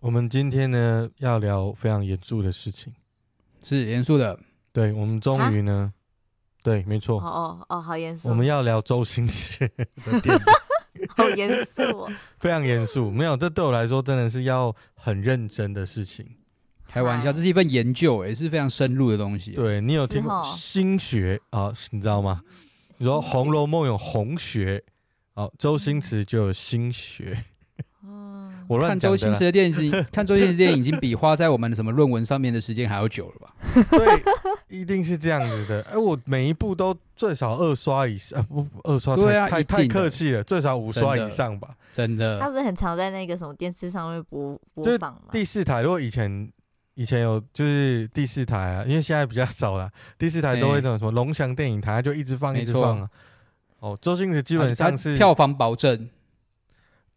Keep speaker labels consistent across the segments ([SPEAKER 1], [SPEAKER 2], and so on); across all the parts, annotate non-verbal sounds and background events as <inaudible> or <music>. [SPEAKER 1] 我们今天呢要聊非常严肃的事情。
[SPEAKER 2] 是严肃的，
[SPEAKER 1] 对，我们终
[SPEAKER 2] 啊
[SPEAKER 1] 于呢，对，没
[SPEAKER 3] 哦
[SPEAKER 1] 错，
[SPEAKER 3] 哦哦，好严肃，
[SPEAKER 1] 我们要聊周星驰 <laughs> 的电影，
[SPEAKER 3] <laughs> 好严肃哦，
[SPEAKER 1] 非常严
[SPEAKER 2] 嗯
[SPEAKER 1] 肃。没有，这对我来说真的是要很认真的事情。
[SPEAKER 2] 开玩笑，
[SPEAKER 3] 嗨
[SPEAKER 2] 这是一份研究，也是非常深入的东西。，
[SPEAKER 1] 对你有听过
[SPEAKER 3] 是哦
[SPEAKER 1] 心学啊？你知道吗？你说《红楼梦》有红学，哦，周星驰就有心学。
[SPEAKER 3] 嗯，
[SPEAKER 1] 我乱
[SPEAKER 2] 看
[SPEAKER 1] 讲
[SPEAKER 2] 周
[SPEAKER 1] 的
[SPEAKER 2] 星
[SPEAKER 1] 啦
[SPEAKER 2] 驰的电影， <laughs> 看周星驰的电影已经比花在我们的什么论文上面的时间还要久了吧？
[SPEAKER 1] 对，一定是这样子的。哎，我每一部都最少二刷以上，啊不不二刷
[SPEAKER 2] 对
[SPEAKER 1] 太、
[SPEAKER 2] 啊
[SPEAKER 1] 太
[SPEAKER 2] 一定
[SPEAKER 1] 太
[SPEAKER 2] 的
[SPEAKER 1] 客气了，最少五刷
[SPEAKER 2] 真
[SPEAKER 1] 以
[SPEAKER 2] 的
[SPEAKER 1] 上吧。
[SPEAKER 2] 真的
[SPEAKER 3] 他，不是很常在那个什么电视上面播
[SPEAKER 1] 就
[SPEAKER 3] 播
[SPEAKER 1] 是
[SPEAKER 3] 放吗？
[SPEAKER 1] 第四台如果以前以前有就是第四台啊，因为现在比较少了，第四台都会
[SPEAKER 2] 哎
[SPEAKER 1] 那种什么龙翔电影台，它就一直放一
[SPEAKER 2] 没
[SPEAKER 1] 直
[SPEAKER 2] 错
[SPEAKER 1] 放啊。哦，周星驰基本
[SPEAKER 2] 它
[SPEAKER 1] 上是
[SPEAKER 2] 票房保证。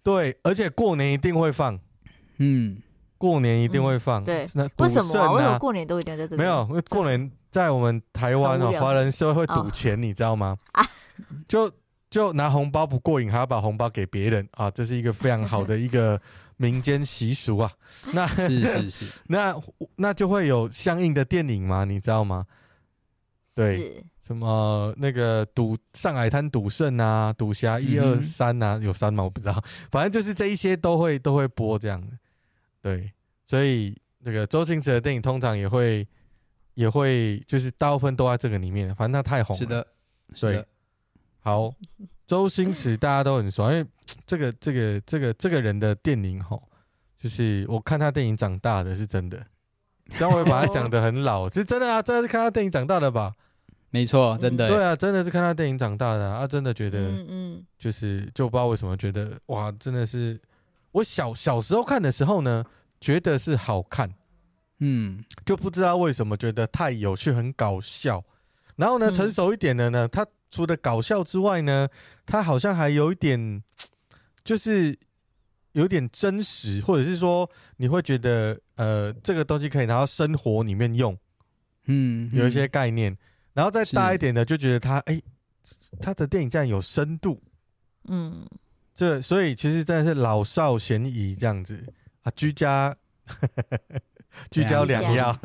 [SPEAKER 1] 对，而且过年一定会放， <laughs>
[SPEAKER 2] 嗯，
[SPEAKER 1] 过年一定
[SPEAKER 3] 嗯
[SPEAKER 1] 会放。
[SPEAKER 3] 对
[SPEAKER 1] 那赌
[SPEAKER 3] 为什么
[SPEAKER 1] 圣
[SPEAKER 3] 啊？为什么
[SPEAKER 1] 啊，
[SPEAKER 3] 过年都一定要在这边？
[SPEAKER 1] 没有，因为过年在我们台湾
[SPEAKER 3] 很
[SPEAKER 1] 哦
[SPEAKER 3] 无，聊
[SPEAKER 1] 华人社会
[SPEAKER 3] 哦
[SPEAKER 1] 赌钱，你知道吗
[SPEAKER 3] 啊？
[SPEAKER 1] 就就拿红包不过瘾，还要把红包给别人啊，这是一个非常好的一个民间习俗啊。那
[SPEAKER 2] 是
[SPEAKER 1] <laughs>
[SPEAKER 2] 是是，
[SPEAKER 1] 那那就会有相应的电影嘛，你知道吗？对
[SPEAKER 3] 是，
[SPEAKER 1] 什么那个赌上海滩赌圣啊，赌侠一
[SPEAKER 2] 嗯
[SPEAKER 1] 二
[SPEAKER 2] 哼
[SPEAKER 1] 三啊，有三吗？我不知道，反正就是这一些都会都会播这样的。对，所以这个周星驰的电影通常也会也会就是大部分都在这个里面，反正他太红了。
[SPEAKER 2] 是，的，是
[SPEAKER 1] 对
[SPEAKER 2] 的，。
[SPEAKER 1] 好，周星驰大家都很熟，因为这个这个这个这个人的电影吼，就是我看他电影长大的是真的，但我也把他讲的很老，是真的啊，真的是看他电影长大的吧？
[SPEAKER 2] 没错，真的。
[SPEAKER 1] 对啊，真的是看他电影长大的啊，啊真的觉得
[SPEAKER 3] 嗯嗯，
[SPEAKER 1] 就是就不知道为什么觉得哇，真的是我小小时候看的时候呢，觉得是好看，
[SPEAKER 2] 嗯，
[SPEAKER 1] 就不知道为什么觉得太有趣，很搞笑。然后呢，
[SPEAKER 3] 嗯
[SPEAKER 1] 成熟一点的呢，他除了搞笑之外呢，他好像还有一点，就是有点真实，或者是说你会觉得呃，这个东西可以拿到生活里面用。
[SPEAKER 2] 嗯，
[SPEAKER 1] 有一些概念，然后再大
[SPEAKER 2] 是
[SPEAKER 1] 一点的就觉得他哎、他的电影竟然有深度，
[SPEAKER 3] 嗯，
[SPEAKER 1] 这所以其实真的是老少咸宜这样子啊，居家居家
[SPEAKER 2] 怎
[SPEAKER 3] 样
[SPEAKER 1] 两药，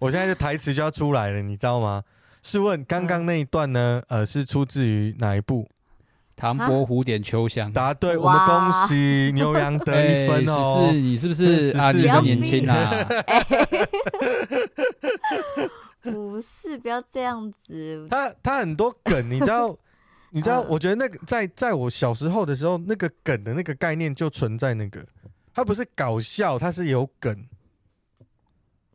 [SPEAKER 1] 我现在的台词就要出来了，你知道吗？试问刚刚那一段呢？呃，是出自于哪一部？
[SPEAKER 2] 唐伯虎点秋香。
[SPEAKER 1] 答对，我们恭喜牛羊得一分
[SPEAKER 2] 哎
[SPEAKER 1] 哦
[SPEAKER 2] 十四，！你是不是啊？
[SPEAKER 1] 十四
[SPEAKER 2] 你很
[SPEAKER 3] 你
[SPEAKER 2] 年轻啊，
[SPEAKER 3] 不是，不要这样子，
[SPEAKER 1] <laughs> 他他很多梗，你知
[SPEAKER 3] <laughs>
[SPEAKER 1] 道，你知道，
[SPEAKER 3] 嗯
[SPEAKER 1] 我觉得那个在在我小时候的时候，那个梗的那个概念就存在那个，它不是搞笑，它是有梗，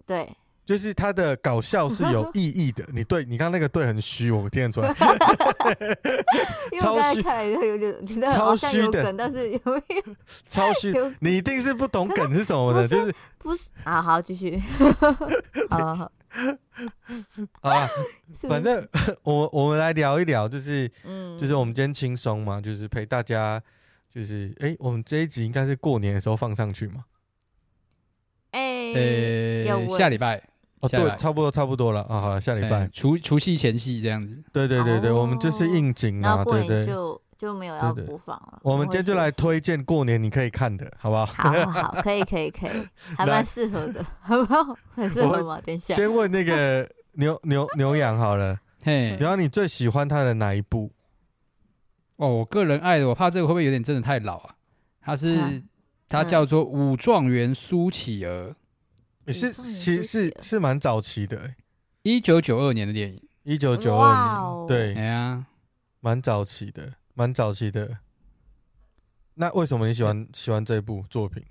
[SPEAKER 3] 对，
[SPEAKER 1] 就是它的搞笑是有意义的。你对你刚刚那个对很虚，我听得
[SPEAKER 3] <laughs>
[SPEAKER 1] 出来，
[SPEAKER 3] 因为
[SPEAKER 1] 超
[SPEAKER 3] 我刚才
[SPEAKER 1] 虚
[SPEAKER 3] 看了有点觉得
[SPEAKER 1] 超
[SPEAKER 3] 好像
[SPEAKER 1] 虚
[SPEAKER 3] 有
[SPEAKER 1] 的
[SPEAKER 3] 梗，
[SPEAKER 1] <laughs>
[SPEAKER 3] 但是有没有
[SPEAKER 1] 超虚。
[SPEAKER 3] 有
[SPEAKER 1] 你一定是不懂梗是怎么的，
[SPEAKER 3] 不是
[SPEAKER 1] 就是
[SPEAKER 3] 不是啊？好，继
[SPEAKER 1] <laughs>
[SPEAKER 3] 续，好好好， <laughs>
[SPEAKER 1] 啊，
[SPEAKER 3] 是不
[SPEAKER 1] 反
[SPEAKER 3] 是
[SPEAKER 1] 正 <laughs> 我我们来聊一聊，就是
[SPEAKER 3] 嗯，
[SPEAKER 1] 就是我们今天轻松嘛，就是陪大家，就是哎、我们这一集应该是过年的时候放上去嘛。
[SPEAKER 3] 哎，要
[SPEAKER 2] 呃，
[SPEAKER 3] 问
[SPEAKER 2] 下礼拜，
[SPEAKER 1] 哦，
[SPEAKER 2] 下礼
[SPEAKER 1] 对，
[SPEAKER 2] 拜
[SPEAKER 1] 差不多，差不多了啊，好了，下礼拜
[SPEAKER 2] 哎，除除夕前夕这样子。
[SPEAKER 1] 对对对对，我们就是
[SPEAKER 3] 哦
[SPEAKER 1] 应景
[SPEAKER 3] 然
[SPEAKER 1] 啊，
[SPEAKER 3] 后过
[SPEAKER 1] 对
[SPEAKER 3] 年
[SPEAKER 1] 对。
[SPEAKER 3] 就就没有要
[SPEAKER 1] 对对
[SPEAKER 3] 播放了，
[SPEAKER 1] 我们今天就来
[SPEAKER 3] 会休息
[SPEAKER 1] 推荐过年你可以看的，好不
[SPEAKER 3] <laughs>
[SPEAKER 1] 好？
[SPEAKER 3] 好好好，可以可以可以，
[SPEAKER 2] <laughs>
[SPEAKER 3] 还
[SPEAKER 1] 来
[SPEAKER 3] 蛮适合的，好不好？很适合吗？等一下，
[SPEAKER 1] 先问那个牛牛牛羊好
[SPEAKER 3] <laughs>
[SPEAKER 1] 了，
[SPEAKER 2] 嘿，
[SPEAKER 1] 然后你最喜欢他的哪一部？
[SPEAKER 2] 哦，我个人爱的，我怕这个会不会有点真的太老啊？它是
[SPEAKER 3] 啊
[SPEAKER 2] 它叫做《武状元苏乞儿》，
[SPEAKER 1] 也是
[SPEAKER 3] 放眼
[SPEAKER 1] 其实
[SPEAKER 3] 都
[SPEAKER 1] 是
[SPEAKER 3] 写
[SPEAKER 1] 是蛮早期的、
[SPEAKER 2] 一九九二年的电影。
[SPEAKER 1] 一九九
[SPEAKER 3] 哇
[SPEAKER 1] 二
[SPEAKER 3] 哦
[SPEAKER 1] 年，对，
[SPEAKER 2] 哎呀，
[SPEAKER 1] 蛮早期的，蛮早期的。那为什么你喜欢喜欢这部作品？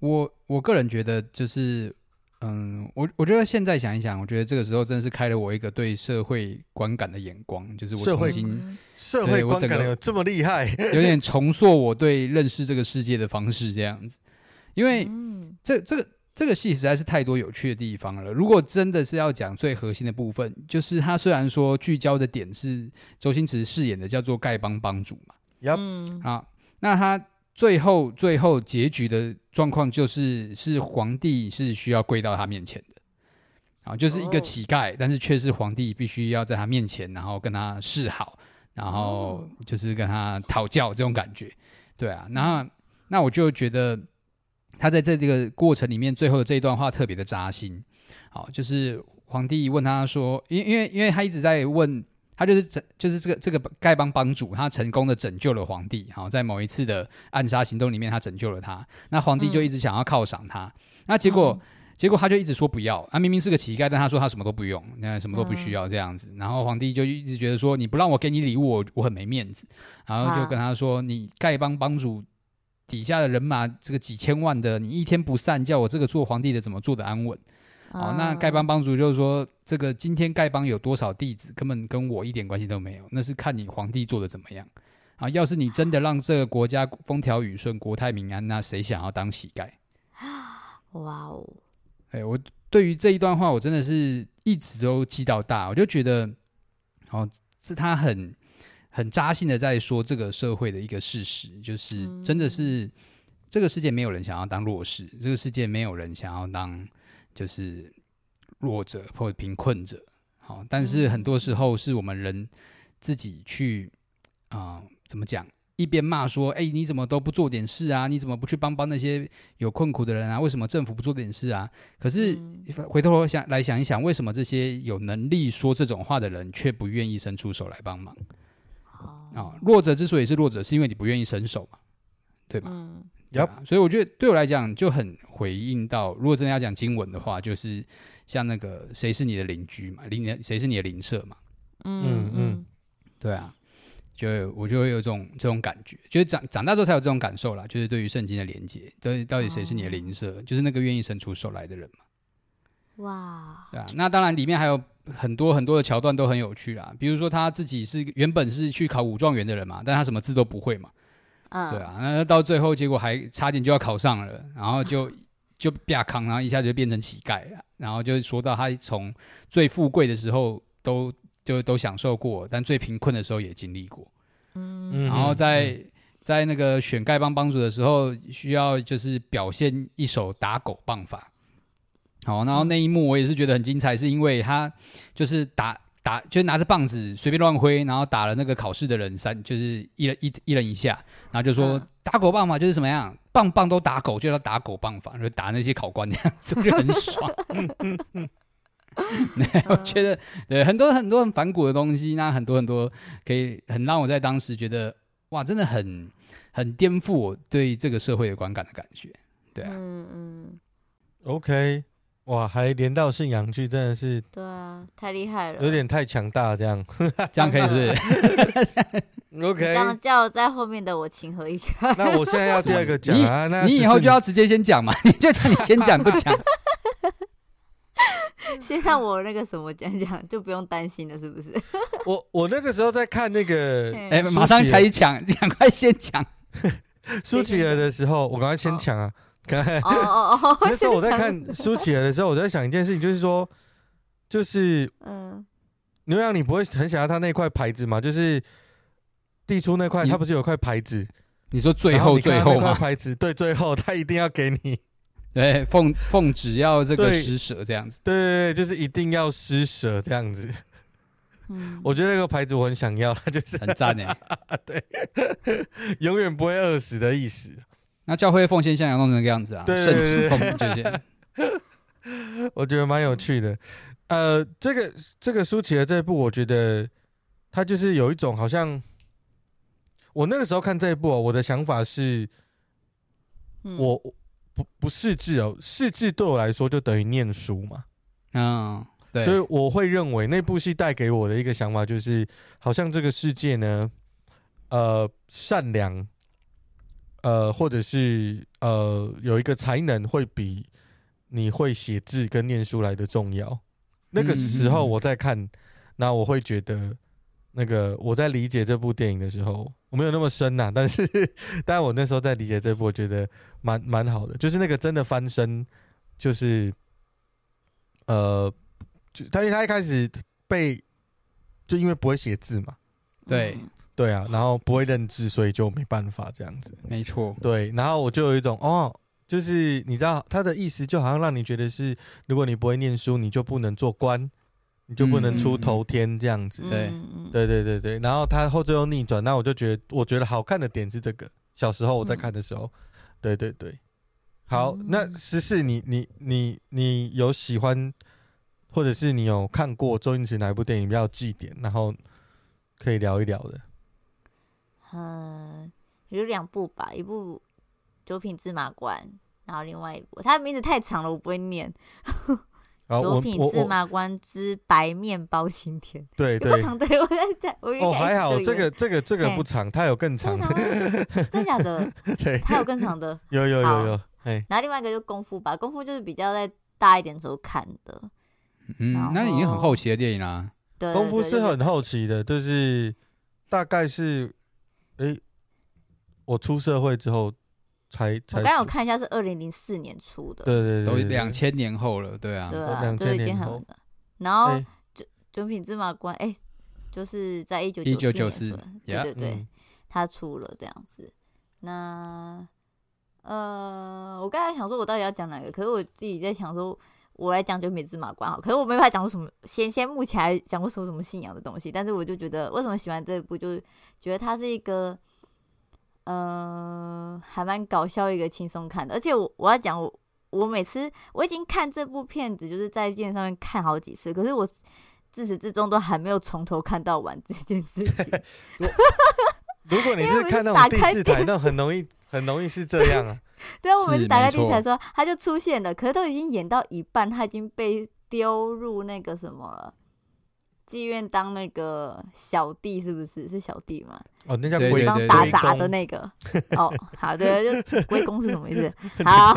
[SPEAKER 2] 我我个人觉得就是，嗯，我我觉得现在想一想，我觉得这个时候真的是开了我一个对社会观感的眼光，就是我
[SPEAKER 1] 社
[SPEAKER 2] 重
[SPEAKER 1] 会
[SPEAKER 2] 新
[SPEAKER 3] 嗯
[SPEAKER 1] 社
[SPEAKER 2] 对
[SPEAKER 1] 会
[SPEAKER 2] 我
[SPEAKER 1] 观
[SPEAKER 2] 整
[SPEAKER 1] 感
[SPEAKER 2] 个 <laughs>
[SPEAKER 1] 有这么厉害？
[SPEAKER 2] 有点重塑我对认识这个世界的方式这样子。因为
[SPEAKER 3] 嗯，
[SPEAKER 2] 这这个这个戏实在是太多有趣的地方了。如果真的是要讲最核心的部分，就是他虽然说聚焦的点是周星驰饰演的叫做丐帮帮主嘛，
[SPEAKER 1] Yup
[SPEAKER 3] 嗯
[SPEAKER 2] 啊，那他最后最后结局的状况就是是皇帝是需要跪到他面前的。啊，就是一个
[SPEAKER 3] 哦
[SPEAKER 2] 乞丐，但是却是皇帝必须要在他面前，然后跟他示好，然后
[SPEAKER 3] 哦
[SPEAKER 2] 就是跟他讨教这种感觉，对啊，
[SPEAKER 3] 嗯
[SPEAKER 2] 那那我就觉得他在这这个过程里面最后的这一段话特别的扎心，好，就是皇帝问他说，因因为因为他一直在问，他就是拯就是这个这个丐帮帮主，他成功的拯救了皇帝，好，在某一次的暗杀行动里面，他拯救了他，那皇帝就一直想要犒赏他，那结
[SPEAKER 3] 嗯
[SPEAKER 2] 果。结果他就一直说不要，啊他、明明是个乞丐，但他说他什么都不用，那什么都不需要这样子。然后皇帝就一直觉得说你不让我给你礼物，我我很没面子。然后就跟他说，你丐帮帮主底下的人马这个几千万的，你一天不散，叫我这个做皇帝的怎么做得安稳？
[SPEAKER 3] 嗯
[SPEAKER 2] 哦，那丐帮帮主就是说，这个今天丐帮有多少弟子，根本跟我一点关系都没有，那是看你皇帝做的怎么样啊。要是你真的让这个国家风调雨顺、国泰民安，那谁想要当乞丐？
[SPEAKER 3] 哇哦，
[SPEAKER 2] 哎，我对于这一段话，我真的是一直都记到大，我就觉得，哦，是他很很扎心的在说这个社会的一个事实，就是
[SPEAKER 3] 嗯
[SPEAKER 2] 真的是、这个世界没有人想要当弱势，这个世界没有人想要当就是弱者或者贫困者，好、但是
[SPEAKER 3] 嗯
[SPEAKER 2] 很多时候是我们人自己去啊、怎么讲？一边骂说：“哎、你怎么都不做点事啊？你怎么不去帮帮那些有困苦的人啊？为什么政府不做点事啊？”可是
[SPEAKER 3] 嗯
[SPEAKER 2] 回头想来想一想，为什么这些有能力说这种话的人，却不愿意伸出手来帮忙啊、
[SPEAKER 3] 哦，
[SPEAKER 2] 弱者之所以是弱者，是因为你不愿意伸手嘛，对吧？
[SPEAKER 3] 嗯
[SPEAKER 2] 对啊所以我觉得对我来讲就很回应到，如果真的要讲经文的话，就是像那个谁是你的邻居嘛，邻谁是你的邻舍嘛，
[SPEAKER 1] 嗯
[SPEAKER 3] 嗯
[SPEAKER 1] 嗯
[SPEAKER 3] 嗯，
[SPEAKER 2] 对啊，就我就会有这种这种感觉，就是长长大之后才有这种感受啦，就是对于圣经的连接，到底到底谁是你的邻舍，就是那个愿意伸出手来的人嘛。
[SPEAKER 3] 哇，
[SPEAKER 2] 对啊，那当然里面还有很多很多的桥段都很有趣啦，比如说他自己是原本是去考武状元的人嘛，但他什么字都不会嘛，
[SPEAKER 3] 嗯，
[SPEAKER 2] 对啊，那到最后结果还差点就要考上了，然后就就啪康，然后一下就变成乞丐了，然后就说到他从最富贵的时候都就都享受过，但最贫困的时候也经历过，
[SPEAKER 3] 嗯
[SPEAKER 1] 嗯
[SPEAKER 2] 然后在。在那个选丐帮帮主的时候，需要就是表现一手打狗棒法。好，
[SPEAKER 1] 嗯
[SPEAKER 2] 然后那一幕我也是觉得很精彩，是因为他就是打打，就是拿着棒子随便乱挥，然后打了那个考试的人三，就是一人一一人一下，然后就说、
[SPEAKER 3] 嗯
[SPEAKER 2] 打狗棒法就是什么样，棒棒都打狗，就叫打狗棒法，就打那些考官这样子，我觉 <laughs> 得很爽。我觉得对很多很多很反骨的东西，那很多很多可以很让我在当时觉得哇，真的很很颠覆我对这个社会的观感的感觉。对啊，
[SPEAKER 3] 嗯嗯，
[SPEAKER 1] OK，哇，还连到信仰去，真的是
[SPEAKER 3] 对啊，太厉害了，
[SPEAKER 1] 有点太强大这样。
[SPEAKER 2] 这样可以是不是？
[SPEAKER 3] 你这
[SPEAKER 1] OK，
[SPEAKER 3] 样叫在后面的我情何以堪？ <laughs>
[SPEAKER 1] <laughs> 那我现在要第二个讲啊，那
[SPEAKER 2] 你以
[SPEAKER 1] 14
[SPEAKER 2] 后就要直接先讲嘛， <laughs> 你就叫你先讲不讲，
[SPEAKER 3] 先让我那个什么讲讲，就不用担心了，是不是？
[SPEAKER 1] 我我那个时候在看那个
[SPEAKER 3] 嗯
[SPEAKER 2] 哎，马上才一 <laughs> 讲，赶快先讲。
[SPEAKER 1] 苏乞儿的时候，我赶快先抢啊，赶快。
[SPEAKER 3] 哦
[SPEAKER 2] <laughs>
[SPEAKER 3] 哦哦，
[SPEAKER 1] <laughs> 那时候我在
[SPEAKER 3] 先讲，
[SPEAKER 1] 看苏乞儿的时候，我在想一件事情，就是说，就是
[SPEAKER 3] 嗯，
[SPEAKER 1] 牛羊，你不会很想要他那块牌子吗？就是地出那块，
[SPEAKER 2] 你
[SPEAKER 1] 他不是有块牌子，
[SPEAKER 2] 你说最
[SPEAKER 1] 然
[SPEAKER 2] 后
[SPEAKER 1] 你看
[SPEAKER 2] 最
[SPEAKER 1] 到
[SPEAKER 2] 后
[SPEAKER 1] 那块
[SPEAKER 2] 嘛，
[SPEAKER 1] 牌子，对，最后他一定要给你，
[SPEAKER 2] 对，奉奉旨要这个
[SPEAKER 1] 对
[SPEAKER 2] 施舍这样子，
[SPEAKER 1] 对对对，就是一定要施舍这样子。
[SPEAKER 3] 嗯
[SPEAKER 1] 我觉得那个牌子我很想要，它 <laughs> 就是
[SPEAKER 2] 很赞哎。
[SPEAKER 1] 永远不会饿死的意思。
[SPEAKER 2] 那教会奉献像要弄成那个样子啊，
[SPEAKER 1] 对
[SPEAKER 2] 圣旨奉这些，
[SPEAKER 1] 我觉得蛮有趣的。呃，这个这个舒淇的这一部，我觉得它就是有一种好像，我那个时候看这一部、哦，我的想法是
[SPEAKER 3] 嗯
[SPEAKER 1] 我不不识字哦，识字对我来说就等于念书嘛，
[SPEAKER 2] 嗯，对，
[SPEAKER 1] 所以我会认为那部戏带给我的一个想法就是，好像这个世界呢，呃，善良，呃，或者是呃，有一个才能会比你会写字跟念书来的重要。那个时候我在看，那我会觉得那个我在理解这部电影的时候，我没有那么深呐、但是 <laughs> 但我那时候在理解这部，我觉得蛮蛮好的，就是那个真的翻身，就是呃，就他因为他一开始被就因为不会写字嘛，
[SPEAKER 2] 对
[SPEAKER 3] 嗯
[SPEAKER 1] 对啊，然后不会认字，所以就没办法这样子。
[SPEAKER 2] 没错，
[SPEAKER 1] 对，然后我就有一种哦，就是你知道他的意思，就好像让你觉得是，如果你不会念书，你就不能做官，你就不能出头天这样子。
[SPEAKER 2] 对
[SPEAKER 3] 嗯嗯
[SPEAKER 1] 对对对对，然后他后最后逆转，那我就觉得，我觉得好看的点是这个。小时候我在看的时候，对对对。好，
[SPEAKER 3] 嗯
[SPEAKER 1] 那十四，你你你你有喜欢，或者是你有看过周星驰哪一部电影比较有祭点，然后可以聊一聊的？
[SPEAKER 3] 嗯，有两部吧，一部《九品芝麻官》，然后另外一部，它的名字太长了，我不会念，
[SPEAKER 1] 然后
[SPEAKER 3] 九
[SPEAKER 1] 啊我
[SPEAKER 3] 品
[SPEAKER 1] 我
[SPEAKER 3] 芝
[SPEAKER 1] 我，
[SPEAKER 3] 麻官之白面包青天》
[SPEAKER 1] 对
[SPEAKER 3] <laughs> 有够
[SPEAKER 1] 对，
[SPEAKER 3] 长的，我在在，我一
[SPEAKER 1] 哦，
[SPEAKER 3] 开
[SPEAKER 1] 还
[SPEAKER 3] 始
[SPEAKER 1] 好，
[SPEAKER 3] 就以
[SPEAKER 1] 这
[SPEAKER 3] 为
[SPEAKER 1] 个这个这个
[SPEAKER 3] 嘿
[SPEAKER 1] 不长，它有更
[SPEAKER 3] 这
[SPEAKER 1] 长
[SPEAKER 3] 么
[SPEAKER 1] 的 <laughs>
[SPEAKER 3] 长，吗啊真假的？
[SPEAKER 1] 对，
[SPEAKER 3] 还有更长的。
[SPEAKER 1] 有有有
[SPEAKER 3] 好
[SPEAKER 1] 有，哎，
[SPEAKER 3] 然后另外一个就功夫吧，功夫就是比较在大一点的时候看的。
[SPEAKER 2] 嗯，那已经很后期的电影啦。
[SPEAKER 3] 对，
[SPEAKER 1] 功夫
[SPEAKER 3] 呃对
[SPEAKER 1] 是很后期的，就是大概是，哎，我出社会之后才
[SPEAKER 3] 就是
[SPEAKER 1] 才
[SPEAKER 3] 我刚刚有看一下是二零零四年出的，
[SPEAKER 1] 对对对，
[SPEAKER 2] 都
[SPEAKER 1] 对
[SPEAKER 2] 两，千年后了，对啊，
[SPEAKER 3] 对
[SPEAKER 1] 都
[SPEAKER 3] 啊，
[SPEAKER 1] 2000
[SPEAKER 3] 就是已
[SPEAKER 1] 年
[SPEAKER 3] 经
[SPEAKER 1] 后
[SPEAKER 3] 很。
[SPEAKER 1] 对
[SPEAKER 3] 然后
[SPEAKER 1] 哎
[SPEAKER 3] 九品芝麻官，哎、就是在一九
[SPEAKER 2] 1994
[SPEAKER 3] 年出的，
[SPEAKER 2] yeah
[SPEAKER 3] 对对对，
[SPEAKER 1] 嗯
[SPEAKER 3] 他出了这样子。那呃，我刚才想说，我到底要讲哪个？可是我自己在想说，我来讲九品芝麻官好，可是我没办法讲出什么，先先目前还讲不出什么信仰的东西。但是我就觉得，为什么喜欢这部，就是觉得它是一个。呃，还蛮搞笑，一个轻松看的。而且我我要讲，我我每次我已经看这部片子，就是在电视上面看好几次，可是我自始至终都还没有从头看到完这件事情。
[SPEAKER 1] 如果你
[SPEAKER 3] 因为
[SPEAKER 1] 是
[SPEAKER 3] 我
[SPEAKER 1] 看
[SPEAKER 3] 是
[SPEAKER 1] 那
[SPEAKER 3] 打
[SPEAKER 1] 种第
[SPEAKER 3] 开
[SPEAKER 1] 四
[SPEAKER 3] 电
[SPEAKER 1] 台，那很容易很容易是这样啊，
[SPEAKER 3] 对啊，我
[SPEAKER 2] 是
[SPEAKER 3] 每次打开
[SPEAKER 2] 没
[SPEAKER 3] 第一台
[SPEAKER 2] 错
[SPEAKER 3] 说他就出现了，可是都已经演到一半，他已经被丢入那个什么了，妓院当那个小弟是不是？是小弟吗？
[SPEAKER 1] 哦，那叫
[SPEAKER 2] 对
[SPEAKER 1] 龟
[SPEAKER 3] 帮
[SPEAKER 2] 对
[SPEAKER 3] 打
[SPEAKER 1] 龟
[SPEAKER 3] 杂
[SPEAKER 1] 公
[SPEAKER 2] <laughs>
[SPEAKER 3] 的那个。哦，好的，就归公是什么意思？好，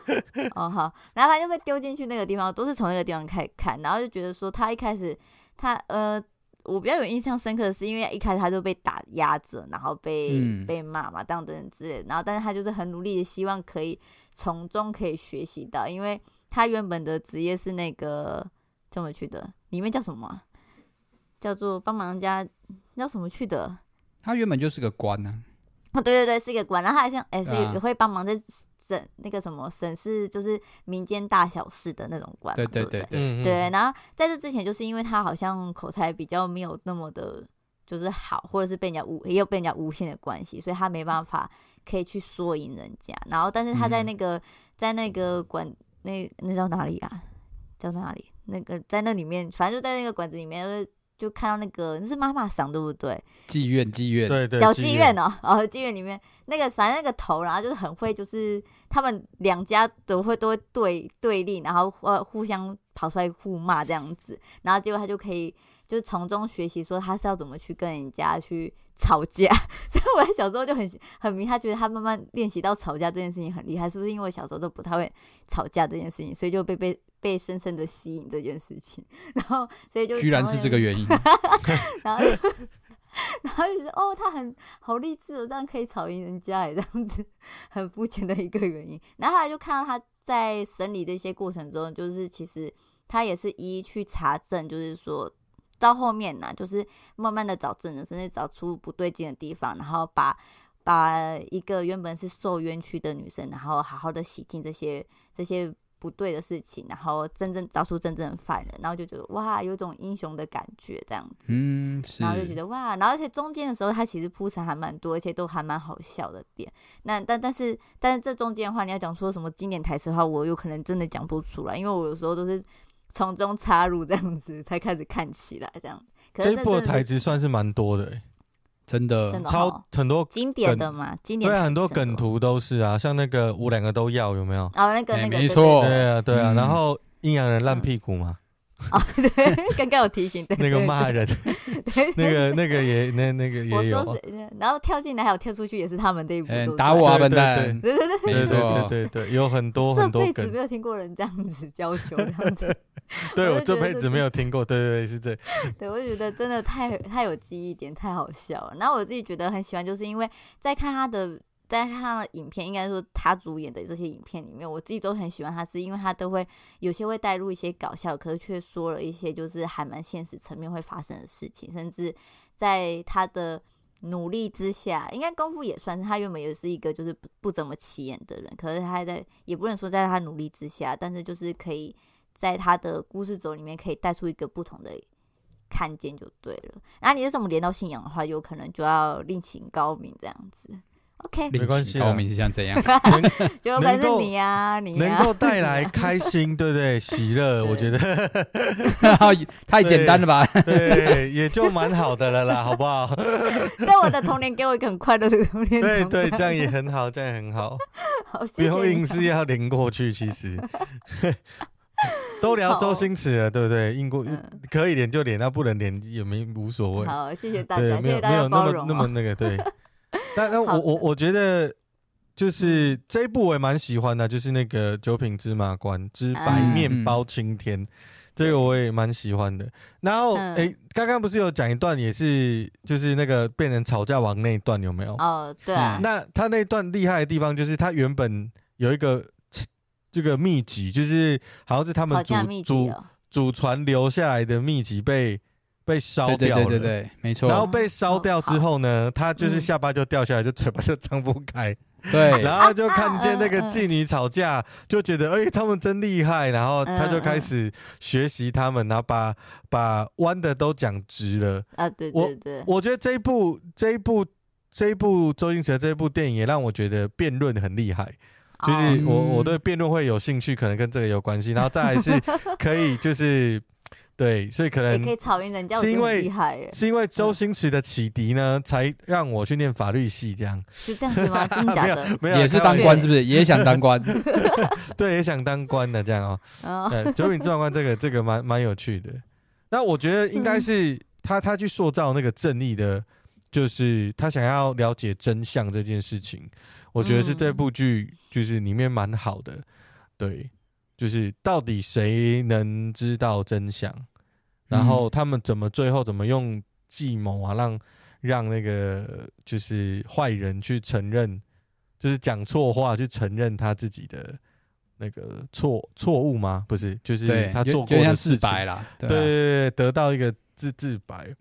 [SPEAKER 3] <laughs> 哦好，然后反正就被丢进去那个地方，都是从那个地方开始看，然后就觉得说他一开始他呃，我比较有印象深刻的是，因为一开始他就被打压着，然后被、
[SPEAKER 2] 嗯
[SPEAKER 3] 被骂嘛，当等等之类的，然后但是他就是很努力的，希望可以从中可以学习到，因为他原本的职业是那个这么去的，里面叫什么啊、叫做帮忙人家叫什么去的？
[SPEAKER 2] 他原本就是个官啊，
[SPEAKER 3] 哦， <laughs> 对对对，是一个馆，然后他好像哎、是
[SPEAKER 2] 对啊
[SPEAKER 3] 也会帮忙在审那个什么审视，就是民间大小事的那种馆嘛，
[SPEAKER 2] 对对
[SPEAKER 3] 对不对
[SPEAKER 2] 对对，
[SPEAKER 1] 嗯，嗯
[SPEAKER 3] 对，，然后在这之前，就是因为他好像口才比较没有那么的，就是好，或者是被人家诬，也有被人家诬陷的关系，所以他没办法可以去说赢人家。然后，但是他在
[SPEAKER 2] 嗯
[SPEAKER 3] 那个、在那个馆那那叫哪里啊？叫哪里？那个在那里面，反正就在那个馆子里面，就是就看到那个那是妈妈桑对不对？
[SPEAKER 2] 妓院妓院，
[SPEAKER 1] 对对，
[SPEAKER 3] 小
[SPEAKER 1] 妓
[SPEAKER 3] 妓院哦，哦，妓院里面那个反正那个头，然后就是很会，就是他们两家都会都会对对立，然后呃互相跑出来互骂这样子，然后结果他就可以就是从中学习说他是要怎么去跟人家去吵架， <laughs> 所以我在小时候就很很迷，他觉得他慢慢练习到吵架这件事情很厉害，是不是因为小时候都不太会吵架这件事情，所以就被被被深深的吸引这件事情， <laughs> 然后所以就
[SPEAKER 2] 居然
[SPEAKER 3] 从
[SPEAKER 2] 是
[SPEAKER 3] 那
[SPEAKER 2] 这个
[SPEAKER 3] <laughs>
[SPEAKER 2] 原因，
[SPEAKER 3] 然后就然后就觉得哦，他很好励志哦，这样可以吵赢人家耶，这样子 <laughs> 很肤浅的一个原因。然后后来就看到他在审理的一些过程中，就是其实他也是一一去查证，就是说到后面呢、就是慢慢的找证人，甚至找出不对劲的地方，然后把把一个原本是受冤屈的女生，然后好好的洗净这些这些不对的事情，然后真正找出真正的犯人，然后就觉得哇，有种英雄的感觉这样子。
[SPEAKER 2] 嗯，是
[SPEAKER 3] 然后就觉得哇，然后而且中间的时候，它其实铺陈还蛮多，而且都还蛮好笑的点。那但但是但是这中间的话，你要讲说什么经典台词的话，我有可能真的讲不出来，因为我有时候都是从中插入这样子才开始看起来这样。
[SPEAKER 1] 这
[SPEAKER 3] 可是
[SPEAKER 1] 一
[SPEAKER 3] 那
[SPEAKER 1] 部
[SPEAKER 3] 真
[SPEAKER 1] 的
[SPEAKER 3] 的
[SPEAKER 1] 台
[SPEAKER 3] 是
[SPEAKER 1] 词算是蛮多的，哎
[SPEAKER 2] 真的
[SPEAKER 3] 真的哦
[SPEAKER 1] 超很多，
[SPEAKER 3] 经典
[SPEAKER 1] 梗
[SPEAKER 3] 的哦嘛，经典
[SPEAKER 1] 对啊，
[SPEAKER 3] 台
[SPEAKER 1] 很多
[SPEAKER 3] 词
[SPEAKER 1] 梗
[SPEAKER 3] 多。
[SPEAKER 1] 图都是啊，像那个我两个都要有没有？
[SPEAKER 3] 哦，那个
[SPEAKER 2] 哎
[SPEAKER 3] 那个，
[SPEAKER 2] 没
[SPEAKER 3] 对对
[SPEAKER 2] 错
[SPEAKER 3] 对
[SPEAKER 1] 对啊对啊，
[SPEAKER 2] 嗯
[SPEAKER 3] <laughs>
[SPEAKER 1] 然后阴阳人烂屁股嘛，
[SPEAKER 3] 哦，
[SPEAKER 1] <laughs>
[SPEAKER 3] 对，刚刚有提醒，对，
[SPEAKER 1] 那个
[SPEAKER 3] 对
[SPEAKER 1] 骂，人，
[SPEAKER 3] 对，
[SPEAKER 1] 那个那个也那那个
[SPEAKER 3] 我
[SPEAKER 1] 也
[SPEAKER 3] 说
[SPEAKER 1] 有，哎
[SPEAKER 3] 是，嗯然后跳进来还有跳出去也是他们这一部，
[SPEAKER 2] 嗯，
[SPEAKER 3] 对不
[SPEAKER 2] 打
[SPEAKER 3] 对
[SPEAKER 2] 我啊，
[SPEAKER 1] 对
[SPEAKER 2] 笨
[SPEAKER 1] 对
[SPEAKER 2] 蛋！
[SPEAKER 3] 对对
[SPEAKER 1] 对
[SPEAKER 3] 对，
[SPEAKER 2] 没
[SPEAKER 1] 对对
[SPEAKER 2] 错，
[SPEAKER 1] 对对，有很多
[SPEAKER 3] 这
[SPEAKER 1] 很多
[SPEAKER 3] 辈子
[SPEAKER 1] 梗
[SPEAKER 3] 没，有听过人这样
[SPEAKER 1] <laughs>
[SPEAKER 3] 子 <laughs> 教球，这样子，哎
[SPEAKER 1] 对
[SPEAKER 3] 我
[SPEAKER 1] 我这
[SPEAKER 3] 就觉得
[SPEAKER 1] 辈
[SPEAKER 3] 这
[SPEAKER 1] 子没有听过，对对对，是这，
[SPEAKER 3] <laughs> 对，我就觉得真的太太有记忆点，太好笑了。然后我自己觉得很喜欢，就是因为在看他的，在看他的影片，应该说他主演的这些影片里面，我自己都很喜欢他，是因为他都会有些会带入一些搞笑，可是却说了一些就是还蛮现实层面会发生的事情，甚至在他的。努力之下，应该功夫也算是他原本也是一个就是不不怎么起眼的人，可是他在也不能说在他努力之下，但是就是可以在他的故事轴里面可以带出一个不同的看见就对了。然后你是怎么连到信仰的话，有可能就要另请高明这样子。OK，
[SPEAKER 1] <laughs> 没关系啊
[SPEAKER 2] 高明是像
[SPEAKER 1] <laughs>
[SPEAKER 2] 怎样？ <laughs>
[SPEAKER 3] 就可能
[SPEAKER 1] 能
[SPEAKER 3] 是
[SPEAKER 1] 够
[SPEAKER 3] 你呀、你啊呀、
[SPEAKER 1] 能够带来开心，对不对？喜乐，我觉得
[SPEAKER 2] 太简单了吧？
[SPEAKER 1] 对，也就蛮好的了啦，好不
[SPEAKER 3] <laughs>
[SPEAKER 1] 好？
[SPEAKER 3] <laughs> 在我的童年给我一个很快乐的 <laughs> 童年。
[SPEAKER 1] 对对，这样也很好，这样也很
[SPEAKER 3] <laughs>
[SPEAKER 1] 好，
[SPEAKER 3] 好，
[SPEAKER 1] 不
[SPEAKER 3] 谢
[SPEAKER 1] 用
[SPEAKER 3] 谢
[SPEAKER 1] 硬
[SPEAKER 3] 你。
[SPEAKER 1] 是要淋过去，其
[SPEAKER 3] <laughs>
[SPEAKER 1] 实。都聊周星驰了，对不对？硬过
[SPEAKER 3] 嗯
[SPEAKER 1] 可以连就连，那不能连也没无所谓。
[SPEAKER 3] 好，谢谢大
[SPEAKER 1] 对，
[SPEAKER 3] 家，谢
[SPEAKER 1] 没
[SPEAKER 3] 谢
[SPEAKER 1] 有
[SPEAKER 3] 大
[SPEAKER 1] 没
[SPEAKER 3] 家
[SPEAKER 1] 有那
[SPEAKER 3] 包
[SPEAKER 1] 么
[SPEAKER 3] 容、
[SPEAKER 1] 那么
[SPEAKER 3] 哦。
[SPEAKER 1] 那个
[SPEAKER 3] <laughs>
[SPEAKER 1] 对。但但
[SPEAKER 3] 好嗯
[SPEAKER 1] 我
[SPEAKER 3] 的
[SPEAKER 1] 我我觉得就是这一部我也蛮喜欢的，就是那个九品芝麻官之白
[SPEAKER 3] 嗯
[SPEAKER 1] 面包青天，这个我也蛮喜欢的。然后
[SPEAKER 3] 嗯
[SPEAKER 1] 诶，刚刚不是有讲一段，也是就是那个变成吵架王那一段有没有？
[SPEAKER 3] 哦，对啊
[SPEAKER 2] 嗯，
[SPEAKER 1] 那他那段厉害的地方就是他原本有一个这个秘籍，就是好像是他
[SPEAKER 3] 吵
[SPEAKER 1] 们祖
[SPEAKER 3] 架秘籍
[SPEAKER 1] 祖
[SPEAKER 3] 哦，
[SPEAKER 1] 祖传留下来的秘籍被被烧
[SPEAKER 2] 对对
[SPEAKER 1] 掉了。
[SPEAKER 2] 对对对，没
[SPEAKER 1] 然后
[SPEAKER 2] 错，
[SPEAKER 1] 被烧掉之后
[SPEAKER 3] 哦
[SPEAKER 1] 呢，他
[SPEAKER 3] 嗯
[SPEAKER 1] 就是下巴就掉下来，就嘴巴就张不开，
[SPEAKER 2] 对，
[SPEAKER 1] 然后就看见那
[SPEAKER 3] 啊
[SPEAKER 1] 个
[SPEAKER 3] 啊啊
[SPEAKER 1] 妓女吵架，
[SPEAKER 3] 嗯
[SPEAKER 1] 就觉得哎、他们真厉害，然后他就开始学习他们，然后把把弯的都讲直了。
[SPEAKER 3] 啊，对
[SPEAKER 1] 我
[SPEAKER 3] 对对，
[SPEAKER 1] 我觉得这一部这一部这一部周星驰的这部电影也让我觉得辩论很厉害，就是
[SPEAKER 3] 哦
[SPEAKER 1] 我
[SPEAKER 2] 嗯
[SPEAKER 1] 我对辩论会有兴趣，可能跟这个有关系，然后再来是可以就是对，所以可
[SPEAKER 3] 也
[SPEAKER 1] 能
[SPEAKER 3] 可以吵赢人家，我
[SPEAKER 1] 是
[SPEAKER 3] 觉
[SPEAKER 1] 因
[SPEAKER 3] 得很
[SPEAKER 1] 为
[SPEAKER 3] 厉害耶，
[SPEAKER 1] 是因为周星驰的启迪呢，才让我去念法律系这样。
[SPEAKER 3] 是这样子吗？真的假的？
[SPEAKER 1] 没有啊
[SPEAKER 2] 也是
[SPEAKER 1] 开玩
[SPEAKER 2] 当
[SPEAKER 1] 笑
[SPEAKER 2] 官是不是？也想当
[SPEAKER 1] <laughs>
[SPEAKER 2] 官，
[SPEAKER 1] 对，也想当官的这样哦。 <laughs>
[SPEAKER 3] 嗯，
[SPEAKER 1] 呃，九品芝麻官这个这个蛮蛮有趣的。那我觉得应该是他他去塑造那个正义的，就是他想要了解真相这件事情，我觉得是这部剧就是里面蛮好的。对，就是到底谁能知道真相，
[SPEAKER 2] 嗯
[SPEAKER 1] 然后他们怎么最后怎么用计谋啊，让让那个就是坏人去承认，就是讲错话去承认他自己的那个错错误吗？不是，就是
[SPEAKER 2] 对，
[SPEAKER 1] 他
[SPEAKER 2] 有
[SPEAKER 1] 做
[SPEAKER 2] 有
[SPEAKER 1] 过
[SPEAKER 2] 点
[SPEAKER 1] 的
[SPEAKER 2] 像
[SPEAKER 1] 事
[SPEAKER 2] 自
[SPEAKER 1] 情。
[SPEAKER 2] 白啦，
[SPEAKER 1] 对
[SPEAKER 2] 对
[SPEAKER 1] 对
[SPEAKER 2] 啊
[SPEAKER 1] 对，对得到一个自自白。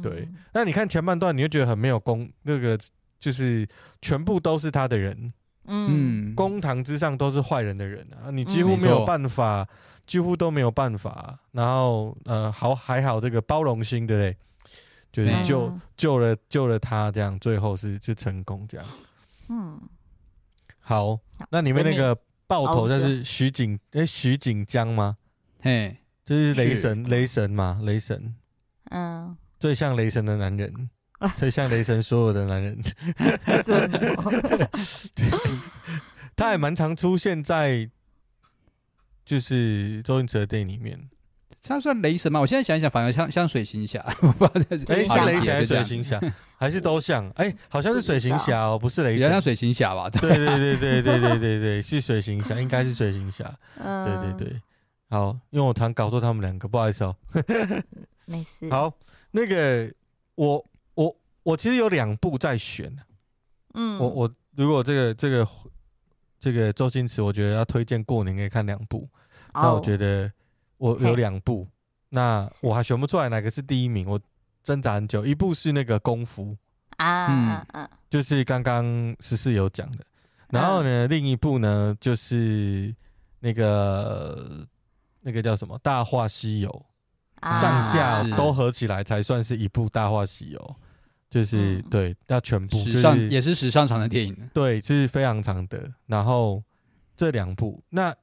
[SPEAKER 1] 对
[SPEAKER 3] 嗯，
[SPEAKER 1] 那你看前半段，你会觉得很没有公那个，就是全部都是他的人，
[SPEAKER 3] 嗯，
[SPEAKER 2] 嗯，
[SPEAKER 1] 公堂之上都是坏人的人啊，你几
[SPEAKER 3] 嗯
[SPEAKER 1] 乎
[SPEAKER 3] 没
[SPEAKER 1] 没有
[SPEAKER 2] 错
[SPEAKER 1] 办法，几乎都没有办法。然后呃，好还好这个包容心，对不对？就是
[SPEAKER 3] 啊
[SPEAKER 2] 嗯
[SPEAKER 1] 救、救了救了他，这样最后是就成功这样。
[SPEAKER 3] 嗯，
[SPEAKER 1] 好
[SPEAKER 3] 好，
[SPEAKER 1] 那里面那
[SPEAKER 3] 等
[SPEAKER 1] 个爆头，
[SPEAKER 3] 哦
[SPEAKER 1] 那
[SPEAKER 3] 是啊
[SPEAKER 1] 是徐锦哎徐锦江吗？
[SPEAKER 2] 嘿，
[SPEAKER 1] 就是雷神
[SPEAKER 2] 是
[SPEAKER 1] 雷神嘛，雷神 <laughs>
[SPEAKER 3] 嗯， <laughs>
[SPEAKER 1] 最像雷神的男人，最像雷神所有的男人。
[SPEAKER 3] 什么？
[SPEAKER 1] 他还蛮常出现在就是周星驰的电影里面。
[SPEAKER 2] 他算雷神吗？我现在想一想，反而像像水行侠， <laughs> 我不知道
[SPEAKER 1] 哎、
[SPEAKER 3] 水
[SPEAKER 2] 是
[SPEAKER 3] 行侠
[SPEAKER 1] 是
[SPEAKER 2] 好理
[SPEAKER 1] 雷神还是
[SPEAKER 2] 解就这
[SPEAKER 1] 水
[SPEAKER 2] 样
[SPEAKER 1] 行侠， <laughs> 还是都像？哎、好像是水行侠 <laughs> 哦，不是雷
[SPEAKER 2] 比较像
[SPEAKER 1] 神。
[SPEAKER 2] 水行侠吧？对，
[SPEAKER 1] 对对对对对对对对， <laughs> 是水行侠，应该是水行侠。对 <laughs> 对
[SPEAKER 3] 嗯，，
[SPEAKER 1] 对，好，因为我常搞错他们两个，不好意思哦。
[SPEAKER 3] 没事。，
[SPEAKER 1] 好，那个我我我其实有两部在选，
[SPEAKER 3] 嗯，
[SPEAKER 1] 我我如果这个这个这个周星驰，我觉得要推荐过年可以看两部。那我觉
[SPEAKER 3] 得
[SPEAKER 1] 得我
[SPEAKER 3] 嘿
[SPEAKER 1] 有两部，那
[SPEAKER 3] 是
[SPEAKER 1] 我还选不出来哪个是第一名，我挣扎很久。一部是那个功夫，
[SPEAKER 3] 啊，嗯
[SPEAKER 1] 就是刚刚十四有讲的，然后
[SPEAKER 2] 嗯
[SPEAKER 1] 呢，另一部呢就是那个那个叫什么《大话西游》，
[SPEAKER 3] 嗯，
[SPEAKER 1] 上
[SPEAKER 3] 啊
[SPEAKER 1] 下
[SPEAKER 2] 是
[SPEAKER 1] 都合起来才算是一部《大话西游》，就是、
[SPEAKER 3] 嗯
[SPEAKER 1] 对，要全部就
[SPEAKER 2] 史上
[SPEAKER 1] 是
[SPEAKER 2] 也是史上长的电影，
[SPEAKER 1] 对，是非常长的。然后这两部，那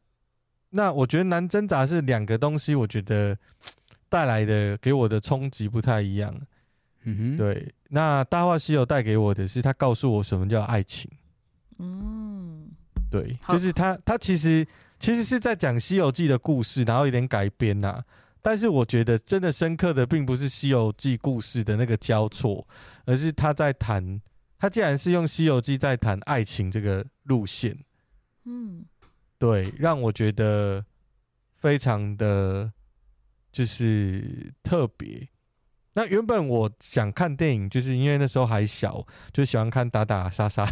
[SPEAKER 1] 那我觉得难挣扎是两个东西，我觉得带来的给我的冲击不太一样。
[SPEAKER 2] 嗯哼，
[SPEAKER 1] 对，那《大话西游》带给我的是，他告诉我什么叫爱情。
[SPEAKER 3] 嗯，
[SPEAKER 1] 对，
[SPEAKER 3] 好
[SPEAKER 1] 就是他他其实其实是在讲《西游记》的故事，然后有点改编呐、啊但是我觉得真的深刻的并不是《西游记》故事的那个交错，而是他在谈，他既然是用《西游记》在谈爱情这个路线，
[SPEAKER 3] 嗯，
[SPEAKER 1] 对，让我觉得非常的就是特别。那原本我想看电影，就是因为那时候还小，就喜欢看打打杀杀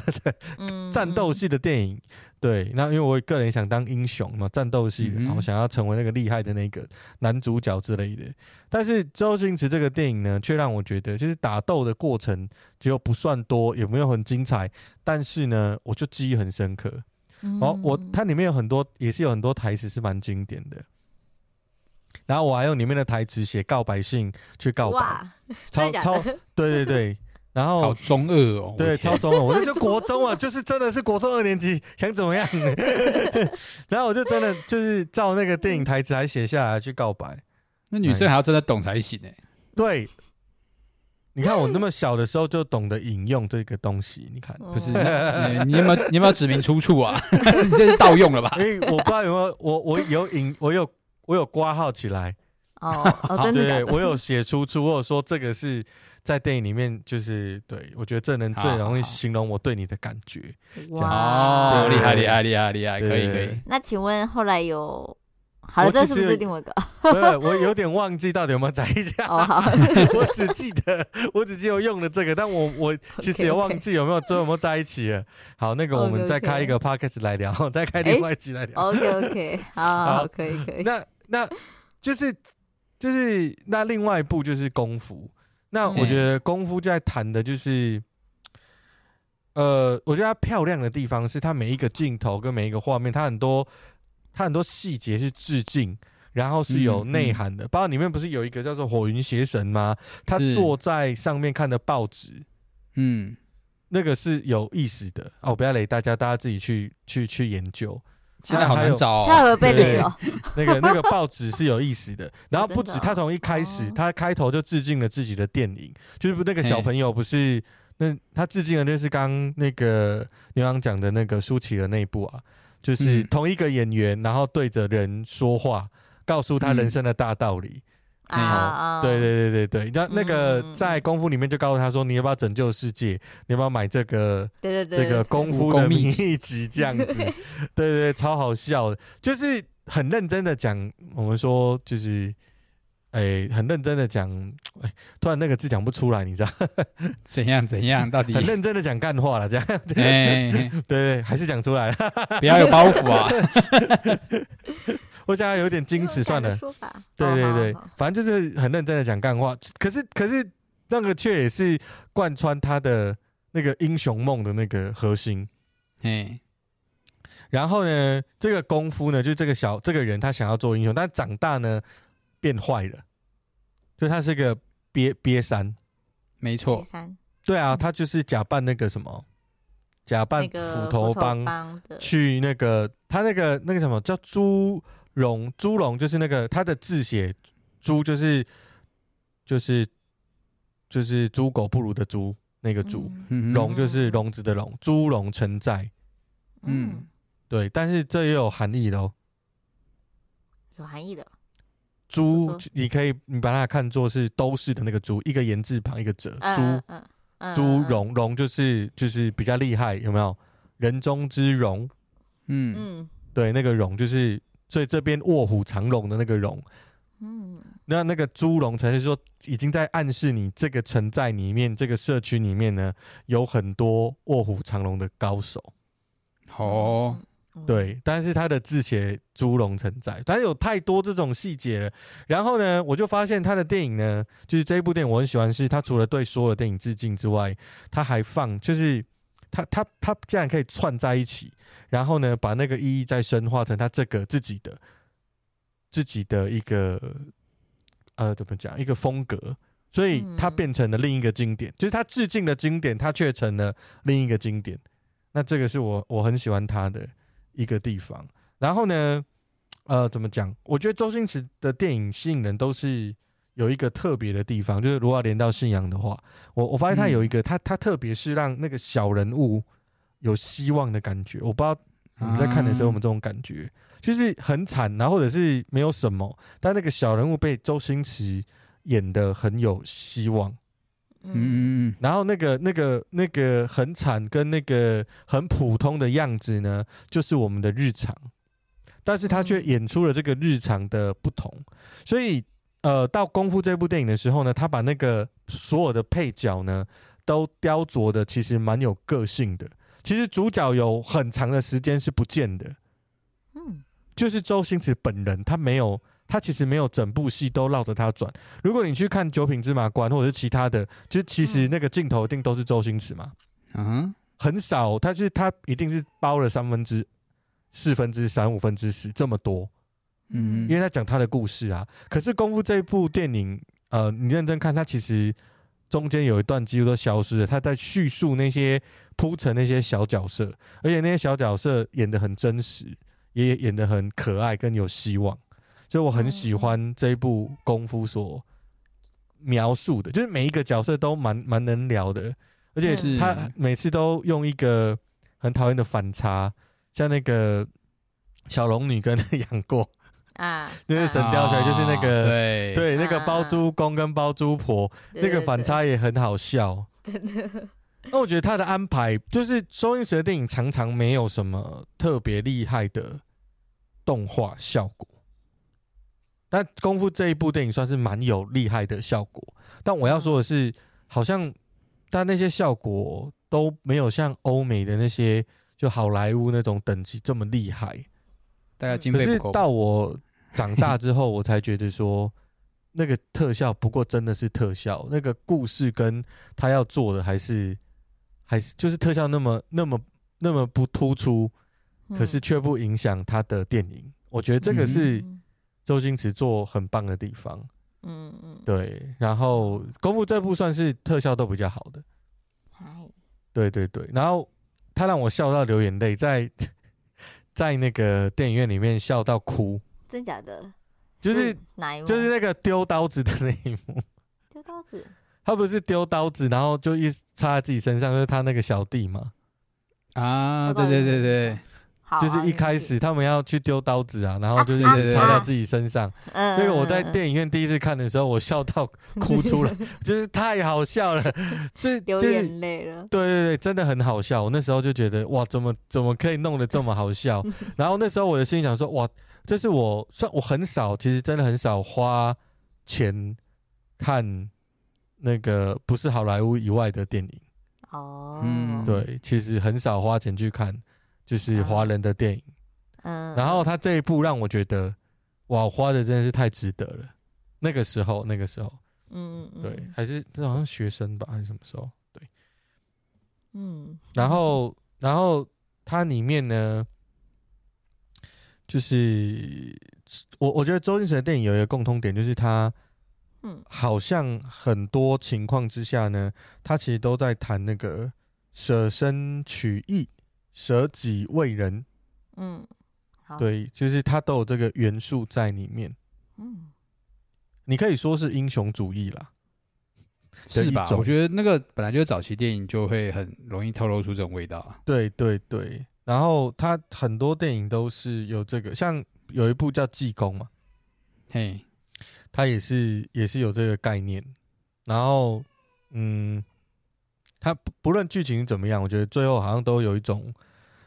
[SPEAKER 3] 嗯
[SPEAKER 1] 战斗系的电影，对，那因为我个人也想当英雄嘛，战斗系的，
[SPEAKER 2] 嗯哼
[SPEAKER 1] 然后想要成为那个厉害的那个男主角之类的。但是周星驰这个电影呢，却让我觉得，就是打斗的过程只有不算多，也没有很精彩，但是呢，我就记忆很深刻。
[SPEAKER 3] 嗯
[SPEAKER 1] 然后哦我它里面有很多，也是有很多台词是蛮经典的。然后我还用里面的台词写告白信去告白，
[SPEAKER 3] 哇，
[SPEAKER 1] 超
[SPEAKER 3] 真的假
[SPEAKER 1] 超
[SPEAKER 3] 的
[SPEAKER 1] 对对对，然后
[SPEAKER 2] 好中二哦，我
[SPEAKER 1] 对，
[SPEAKER 2] 的天
[SPEAKER 1] 超中文，我
[SPEAKER 3] <laughs>
[SPEAKER 1] 那就国中啊，就是真的是国中二年级， <laughs> 想怎么样？然后我就真的就是照那个电影台词还写下来去告白。
[SPEAKER 2] 那女生还要真的懂才行哎。
[SPEAKER 1] 对，你看我那么小的时候就懂得引用这个东西，你看，
[SPEAKER 2] 不
[SPEAKER 3] <laughs>
[SPEAKER 2] 是，
[SPEAKER 3] 哦
[SPEAKER 2] 那你你有没有你有没有指明出处啊？ <laughs> 你这是盗用了吧？
[SPEAKER 1] <laughs> 因为我不知道有没有我我有引我有我有挂号起来，
[SPEAKER 3] 哦哦，真的假
[SPEAKER 1] 对
[SPEAKER 3] 的？
[SPEAKER 1] 我有写出处，我有说这个是在电影里面，就是对我觉得这能最容易形容我对你的感觉。
[SPEAKER 3] 哇，
[SPEAKER 2] 哦，
[SPEAKER 1] 对
[SPEAKER 2] 厉害厉害厉害厉害，
[SPEAKER 1] 啊对
[SPEAKER 2] 可以
[SPEAKER 1] 对
[SPEAKER 2] 可
[SPEAKER 1] 对
[SPEAKER 2] 以。
[SPEAKER 3] 那请问后来有？好了，
[SPEAKER 1] 我
[SPEAKER 3] 这
[SPEAKER 1] 其
[SPEAKER 3] 是不
[SPEAKER 1] 实
[SPEAKER 3] 是另外一
[SPEAKER 1] <laughs>
[SPEAKER 3] 个？
[SPEAKER 1] 对，我有点忘记到底有没有在一起。
[SPEAKER 3] 哦，好，
[SPEAKER 1] 我只记得，我只记得用了这个，但我我 <laughs> 其实也忘记有没有最后有没有在一起了。好，那个我们
[SPEAKER 3] OK，OK
[SPEAKER 1] 再开一个 podcast 来聊， <laughs> 再开另外一集来聊。
[SPEAKER 3] OK OK，
[SPEAKER 1] <laughs>
[SPEAKER 3] 好好，好可以可以。
[SPEAKER 1] 那那就是就是那另外一部就是功夫，那我觉得功夫就在谈的就是。呃，我觉得它漂亮的地方是它每一个镜头跟每一个画面，它很多它很多细节是致敬，然后是有
[SPEAKER 2] 嗯
[SPEAKER 1] 内
[SPEAKER 2] 嗯
[SPEAKER 1] 涵的。包括里面不是有一个叫做火云邪神吗？他
[SPEAKER 2] 是
[SPEAKER 1] 坐在上面看的报纸，
[SPEAKER 2] 嗯，
[SPEAKER 1] 那个是有意思的哦，不要雷大家，大家自己去去去研究。
[SPEAKER 2] 现在
[SPEAKER 1] 啊
[SPEAKER 2] 好难找
[SPEAKER 3] 这样
[SPEAKER 2] 哦。
[SPEAKER 3] 有被雷哦，
[SPEAKER 1] 那个那个报纸是有意思的，然后
[SPEAKER 3] 真
[SPEAKER 1] 不
[SPEAKER 3] 的
[SPEAKER 1] 止
[SPEAKER 3] 哦
[SPEAKER 1] 他从一开始，
[SPEAKER 3] 哦
[SPEAKER 1] 他开头就致敬了自己的电影，就是那个小
[SPEAKER 2] 嘿
[SPEAKER 1] 朋友不是那他致敬的就是刚那个牛郎讲的那个舒淇的那一部啊，就是
[SPEAKER 2] 嗯
[SPEAKER 1] 同一个演员，然后对着人说话，告诉
[SPEAKER 2] 嗯
[SPEAKER 1] 他人生的大道理。
[SPEAKER 3] 啊啊，
[SPEAKER 1] 嗯对对对对对，那那个
[SPEAKER 3] 嗯
[SPEAKER 1] 在功夫里面就告诉他说，你要不要拯救世界？你要不要买这个
[SPEAKER 3] 对对对，
[SPEAKER 1] 这个功夫
[SPEAKER 2] 武
[SPEAKER 1] 的
[SPEAKER 2] 功秘
[SPEAKER 1] 秘籍这样
[SPEAKER 3] <laughs>
[SPEAKER 1] 子，对对对，超好笑的，就是很认真的讲，我们说就是，哎、很认真的讲，哎、突然那个字讲不出来，你知道，
[SPEAKER 2] 怎样怎样？到底
[SPEAKER 1] 很认真的讲干话了，这
[SPEAKER 2] <laughs>
[SPEAKER 1] 样，对
[SPEAKER 2] 哎，嘿嘿
[SPEAKER 1] 对对，还是讲出来了， <laughs>
[SPEAKER 2] 不要有包袱啊！
[SPEAKER 1] 我想要有点矜持算了，
[SPEAKER 3] 说法，
[SPEAKER 1] 对对对
[SPEAKER 3] 好好好，
[SPEAKER 1] 反正就是很认真的讲干话，可是可是那个却也是贯穿他的那个英雄梦的那个核心，
[SPEAKER 2] 哎，
[SPEAKER 1] 然后呢，这个功夫呢，就这个小这个人他想要做英雄，但长大呢变坏了，就他是个瘪瘪三。
[SPEAKER 2] 没
[SPEAKER 3] 第
[SPEAKER 2] 错，
[SPEAKER 3] 三
[SPEAKER 1] 对啊，
[SPEAKER 3] 嗯
[SPEAKER 1] 他就是假扮那个什么，假扮
[SPEAKER 3] 那个
[SPEAKER 1] 斧头帮、
[SPEAKER 3] 帮的，
[SPEAKER 1] 去那个他那个那个什么叫猪龙，猪龙就是那个他的字写猪就是就是就是猪狗不如的猪那个猪，
[SPEAKER 2] 嗯哼
[SPEAKER 1] 龙就是笼子的笼，猪龙存在。
[SPEAKER 2] 嗯，
[SPEAKER 1] 对，但是这也有含义哦喽。
[SPEAKER 3] 有含义的，
[SPEAKER 1] 猪
[SPEAKER 3] 说，
[SPEAKER 1] 你可以你把它看作是都是的那个猪，一个言字旁一个者，
[SPEAKER 3] 嗯嗯嗯，
[SPEAKER 1] 猪猪龙龙就是就是比较厉害，有没有？人中之龙，
[SPEAKER 2] 嗯，
[SPEAKER 3] 嗯
[SPEAKER 1] 对，那个龙就是，所以这边卧虎藏龙的那个龙，
[SPEAKER 3] 嗯
[SPEAKER 1] 那那个猪龙，才是说已经在暗示你这个城寨里面，这个社区里面呢，有很多卧虎藏龙的高手，
[SPEAKER 2] 哦，，
[SPEAKER 3] 嗯
[SPEAKER 1] 对，但是他的字写猪龙存在，但是有太多这种细节了。然后呢，我就发现他的电影呢，就是这一部电影我很喜欢，是他除了对所有的电影致敬之外，他还放就是他他他竟然可以串在一起，然后呢，把那个意义再深化成他这个自己的自己的一个呃怎么讲一个风格。所以它
[SPEAKER 3] 嗯
[SPEAKER 1] 变成了另一个经典，就是他致敬的经典，它却成了另一个经典。那这个是我我很喜欢他的一个地方。然后呢，呃，怎么讲？我觉得周星驰的电影吸引人都是有一个特别的地方，就是如果要连到信仰的话，我我发现他有一个，他他特别是让那个小人物有希望的感觉。我不知道我们在看的时候，我们这种感觉就是很惨，然后或者是没有什么，但那个小人物被周星驰演的很有希望。
[SPEAKER 3] 嗯，
[SPEAKER 2] 嗯嗯
[SPEAKER 1] 然后那个那个那个很惨跟那个很普通的样子呢，就是我们的日常，但是他却
[SPEAKER 3] 嗯
[SPEAKER 1] 演出了这个日常的不同，所以呃，到《功夫》这部电影的时候呢，他把那个所有的配角呢都雕琢的其实蛮有个性的，其实主角有很长的时间是不见的，
[SPEAKER 3] 嗯，
[SPEAKER 1] 就是周星驰本人，他没有，他其实没有整部戏都绕着他转。如果你去看《九品芝麻官》或者是其他的，就其实
[SPEAKER 3] 嗯
[SPEAKER 1] 那个镜头一定都是周星驰嘛，
[SPEAKER 2] 嗯哼，
[SPEAKER 1] 很少，他就是他一定是包了三分之、四分之三、五分之十这么多，
[SPEAKER 2] 嗯
[SPEAKER 1] 因为他讲他的故事啊。可是《功夫》这部电影，呃，你认真看，它其实中间有一段几乎都消失了，他在叙述那些铺陈那些小角色，而且那些小角色演得很真实，也演得很可爱跟有希望，所以我很喜欢这一部《功夫》所描述的，就是每一个角色都蛮蛮能聊的，而且
[SPEAKER 2] 是
[SPEAKER 1] 他每次都用一个很讨厌的反差，像那个小龙女跟杨过。
[SPEAKER 3] 啊，
[SPEAKER 1] 就是神雕侠侣就是那个
[SPEAKER 2] 啊对
[SPEAKER 1] 对，那个
[SPEAKER 3] 啊
[SPEAKER 1] 包租公跟包租婆那个反差也很好笑。
[SPEAKER 3] 真的，
[SPEAKER 1] 那我觉得他的安排就是周星驰的电影常常没有什么特别厉害的动画效果，但《功夫》这一部电影算是蛮有厉害的效果。但我要说的
[SPEAKER 3] 嗯
[SPEAKER 1] 是，好像但那些效果都没有像欧美的那些就好莱坞那种等级这么厉害。
[SPEAKER 2] 大概经
[SPEAKER 1] 可
[SPEAKER 2] 费
[SPEAKER 1] 是
[SPEAKER 2] 不够吧。
[SPEAKER 1] 到我长大之后，我才觉得说，那个特效不过真的是特效，那个故事跟他要做的还是还是就是特效那么那么那么不突出，
[SPEAKER 3] 嗯
[SPEAKER 1] 可是却不影响他的电影。我觉得这个是
[SPEAKER 3] 嗯
[SPEAKER 1] 周星驰做很棒的地方。
[SPEAKER 3] 嗯嗯，
[SPEAKER 1] 对，然后《功夫》这部算是特效都比较好的。
[SPEAKER 3] 嗨，
[SPEAKER 1] 对对对，然后他让我笑到流眼泪，在 <laughs> 在那个电影院里面笑到哭，
[SPEAKER 3] 真假的，
[SPEAKER 1] 就是
[SPEAKER 3] 哪一幕？
[SPEAKER 1] 就是那个丢刀子的那一幕，
[SPEAKER 3] 丢刀子，
[SPEAKER 1] 他不是丢刀子，然后就一直插在自己身上，就是他那个小弟嘛，
[SPEAKER 2] 啊，
[SPEAKER 3] 糟
[SPEAKER 2] 对
[SPEAKER 3] 糕
[SPEAKER 2] 对对对，
[SPEAKER 3] 好，
[SPEAKER 1] 就是
[SPEAKER 3] 好
[SPEAKER 1] 一开，始他们要去丢刀子啊，然后就是一直插到自己身上。
[SPEAKER 3] 那
[SPEAKER 1] 那个我在电影院第一次看的时候，我笑到哭出
[SPEAKER 3] <laughs>
[SPEAKER 1] 来，就是太好笑了，是就
[SPEAKER 3] 嗯流
[SPEAKER 1] 是。
[SPEAKER 3] 眼泪了，
[SPEAKER 1] 对对对，真的很好笑。我那时候就觉得哇，怎么怎么可以弄得这么好
[SPEAKER 3] <laughs>
[SPEAKER 1] 笑？然后那时候我的心里想说，哇，这是我算我很少，其实真的很少花钱看那个不是好莱坞以外的电影。
[SPEAKER 3] 哦，
[SPEAKER 2] 嗯
[SPEAKER 1] 对，其实很少花钱去看就是华人的电影。
[SPEAKER 3] 嗯，
[SPEAKER 1] 然后他这一部让我觉得，哇，我花的真的是太值得了。那个时候，那个时候，
[SPEAKER 3] 嗯，嗯
[SPEAKER 1] 对，，还是这好像学生吧，还是什么时候？对。
[SPEAKER 3] 嗯，
[SPEAKER 1] 然后，然后它里面呢，就是我我觉得周星驰的电影有一个共通点，就是他
[SPEAKER 3] 嗯
[SPEAKER 1] 好像很多情况之下呢，他其实都在谈那个舍身取义、舍己为人，
[SPEAKER 3] 嗯，好，，
[SPEAKER 1] 对，就是他都有这个元素在里面。
[SPEAKER 3] 嗯，
[SPEAKER 1] 你可以说是英雄主义啦，
[SPEAKER 2] 是吧
[SPEAKER 1] 一？种
[SPEAKER 2] 我觉得那个本来就是早期电影就会很容易透露出这种味道啊。
[SPEAKER 1] 对对对。然后他很多电影都是有这个，像有一部叫《济公》嘛。
[SPEAKER 2] 嘿，
[SPEAKER 1] 他也是也是有这个概念。然后，嗯，他不不论剧情怎么样，我觉得最后好像都有一种，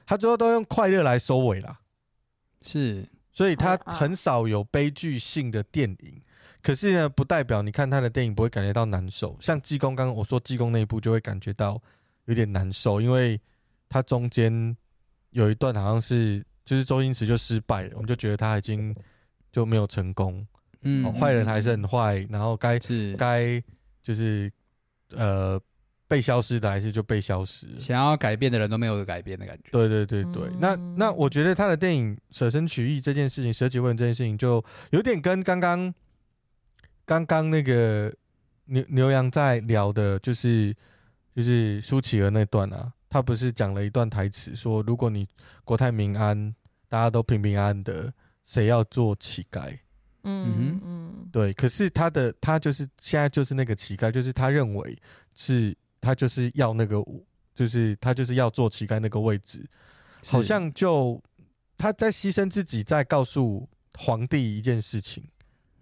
[SPEAKER 1] 他最后都用快乐来收尾啦，
[SPEAKER 2] 是，
[SPEAKER 1] 所以
[SPEAKER 2] 啊
[SPEAKER 1] 他
[SPEAKER 3] 嗯嗯
[SPEAKER 1] 很少有悲剧性的电影。可是呢，不代表你看他的电影不会感觉到难受。像济公，刚刚我说济公那一部就会感觉到有点难受，因为他中间有一段好像是就是周星驰就失败了，我们就觉得他已经就没有成功，哦
[SPEAKER 2] 嗯，
[SPEAKER 1] 坏、人还是很坏，然后该
[SPEAKER 2] 是
[SPEAKER 1] 该就是呃被消失的，还是就被消失了。
[SPEAKER 2] 想要改变的人都没有改变的感觉。
[SPEAKER 1] 对对对对，那
[SPEAKER 3] 嗯
[SPEAKER 1] 那我觉得他的电影舍身取义这件事情，舍己为人这件事情，就有点跟刚刚刚刚那个牛牛羊在聊的，就是就是舒淇儿那段啊，他不是讲了一段台词，说如果你国泰民安，大家都平平安安的，谁要做乞丐？
[SPEAKER 3] 嗯嗯
[SPEAKER 1] 对，可是他的他就是现在就是那个乞丐，就是他认为是他就是要那个，就是他就是要做乞丐那个位置。好像就他在牺牲自己，在告诉皇帝一件事情，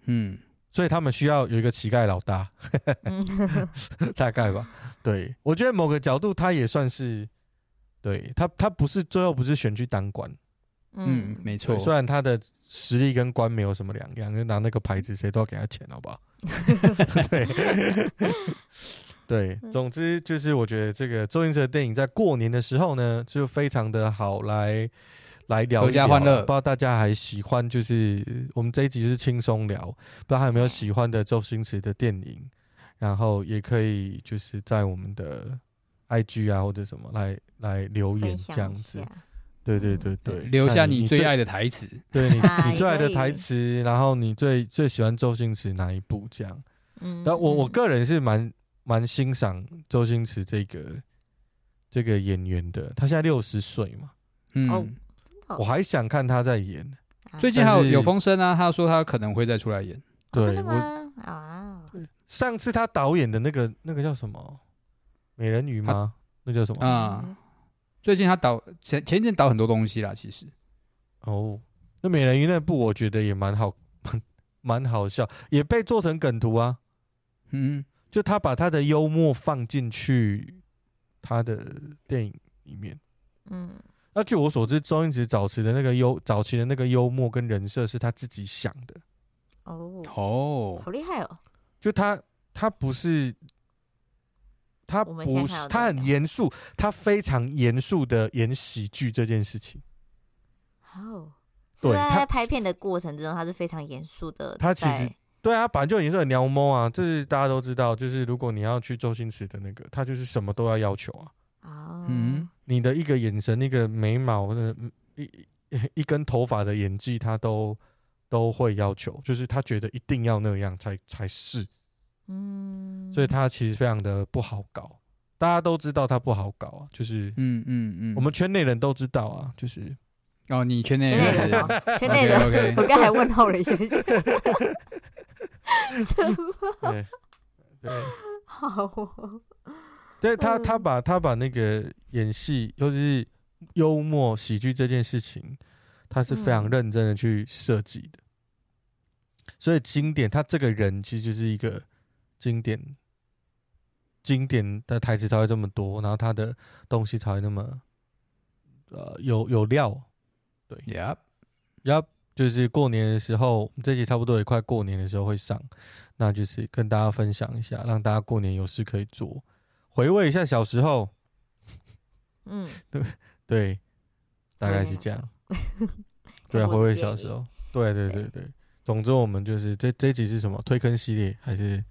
[SPEAKER 2] 嗯，
[SPEAKER 1] 所以他们需要有一个乞丐老大， <laughs>
[SPEAKER 3] 嗯
[SPEAKER 1] 大概吧。对，我觉得某个角度他也算是，对他他不是最后不是选去当官， <laughs>
[SPEAKER 2] 嗯，没错
[SPEAKER 1] 对，虽然他的实力跟官没有什么两样，就拿那个牌子谁都要给他钱，好不好？ <laughs> 对 <laughs>
[SPEAKER 2] 嗯
[SPEAKER 1] 对，总之就是我觉得这个周星驰的电影在过年的时候呢，就非常的好来来聊
[SPEAKER 2] 合
[SPEAKER 1] 一
[SPEAKER 2] 家
[SPEAKER 1] 聊啊，
[SPEAKER 2] 欢乐
[SPEAKER 1] 不知道大家还喜欢就是我们这一集是轻松聊，不知道还有没有喜欢的周星驰的电影，然后也可以就是在我们的 IG 啊或者什么来来留言
[SPEAKER 3] 分
[SPEAKER 1] 这
[SPEAKER 3] 享
[SPEAKER 1] 样
[SPEAKER 3] 一
[SPEAKER 1] 子
[SPEAKER 3] 下。，
[SPEAKER 1] 对对对对，
[SPEAKER 2] 留下
[SPEAKER 1] 看你
[SPEAKER 2] 你最爱的台词。
[SPEAKER 1] <laughs> 对
[SPEAKER 3] <laughs>
[SPEAKER 1] 你
[SPEAKER 3] 啊
[SPEAKER 1] 你最
[SPEAKER 3] 也
[SPEAKER 1] 爱
[SPEAKER 3] 可
[SPEAKER 1] 的
[SPEAKER 3] 以
[SPEAKER 1] 台词，然后你最最喜欢周星驰哪一部这样？
[SPEAKER 3] 嗯，
[SPEAKER 1] 然后我我
[SPEAKER 3] 嗯
[SPEAKER 1] 个人是蛮蛮欣赏周星驰这个这个演员的，他现在六十岁嘛，
[SPEAKER 3] 哦
[SPEAKER 2] 嗯，
[SPEAKER 3] 哦
[SPEAKER 1] 我还想看他在演。
[SPEAKER 3] 啊
[SPEAKER 2] 最近还有
[SPEAKER 1] 但是
[SPEAKER 2] 有风声啊，他说他可能会再出来演。
[SPEAKER 3] 哦真
[SPEAKER 1] 对
[SPEAKER 3] 的
[SPEAKER 1] 我
[SPEAKER 3] 吗？啊，
[SPEAKER 1] 上次他导演的那个那个叫什么美人鱼
[SPEAKER 2] 他
[SPEAKER 1] 吗？那叫什么？
[SPEAKER 2] 啊、最近他导前前一阵导很多东西啦，其实
[SPEAKER 1] 哦，那美人鱼那部我觉得也蛮好， <laughs> 蛮好笑，也被做成梗图啊。
[SPEAKER 2] 嗯，
[SPEAKER 1] 就他把他的幽默放进去他的电影里面。
[SPEAKER 3] 嗯，
[SPEAKER 1] 那据我所知，周星驰早期的那个幽早期的那个幽默跟人设是他自己想的，
[SPEAKER 3] 哦，
[SPEAKER 2] 哦
[SPEAKER 3] 好厉害哦，
[SPEAKER 1] 就他他不是他
[SPEAKER 3] 我们现在
[SPEAKER 1] 不
[SPEAKER 3] 还有
[SPEAKER 1] 是
[SPEAKER 3] 在
[SPEAKER 1] 他很
[SPEAKER 3] 聊
[SPEAKER 1] 严肃，他非常严肃的演喜剧这件事情，
[SPEAKER 3] 好。
[SPEAKER 1] 对
[SPEAKER 3] 所以他
[SPEAKER 1] 他
[SPEAKER 3] 在拍片的过程之中，他是非常严肃的。
[SPEAKER 1] 他其实对啊，他本来就很严肃的鸟猫啊，这是大家都知道，就是如果你要去周星驰的那个，他就是什么都要要求啊。
[SPEAKER 3] 啊，
[SPEAKER 2] 嗯
[SPEAKER 3] 嗯，
[SPEAKER 1] 你的一个眼神、一个眉毛、的一一一根头发的演技，他都都会要求，就是他觉得一定要那样才才是，
[SPEAKER 3] 嗯，
[SPEAKER 1] 所以他其实非常的不好搞。大家都知道他不好搞啊，就是
[SPEAKER 2] 嗯嗯嗯，
[SPEAKER 1] 我们圈内人都知道啊，就是
[SPEAKER 2] 哦，你圈内
[SPEAKER 3] 圈内人
[SPEAKER 2] 人
[SPEAKER 3] 哦， <laughs> 圈内
[SPEAKER 2] ，OK
[SPEAKER 3] 人，我
[SPEAKER 2] OK，
[SPEAKER 3] 刚才问候了一下，什么
[SPEAKER 1] 对对，
[SPEAKER 3] 好哦？
[SPEAKER 1] 对他他
[SPEAKER 3] 嗯
[SPEAKER 1] 把他把那个演戏，尤其是幽默喜剧这件事情，他是非常
[SPEAKER 3] 嗯
[SPEAKER 1] 认真的去设计的。所以经典，他这个人其实就是一个经典，经典的台词才会这么多，然后他的东西才会那么，呃，有有料。
[SPEAKER 2] ，Yep，
[SPEAKER 1] 然后就是过年的时候，这集差不多也快过年的时候会上，那就是跟大家分享一下，让大家过年有事可以做，回味一下小时候。
[SPEAKER 3] 嗯，
[SPEAKER 1] 对，大概
[SPEAKER 3] 回
[SPEAKER 1] 是
[SPEAKER 3] 味
[SPEAKER 1] 这样。 <laughs> 对啊，回
[SPEAKER 3] 看哦过的
[SPEAKER 1] 味
[SPEAKER 3] 电
[SPEAKER 1] 小时
[SPEAKER 3] 影
[SPEAKER 1] 候。对对对
[SPEAKER 3] 对
[SPEAKER 1] 对，总之我们就是这这一集是什么推坑系列还是？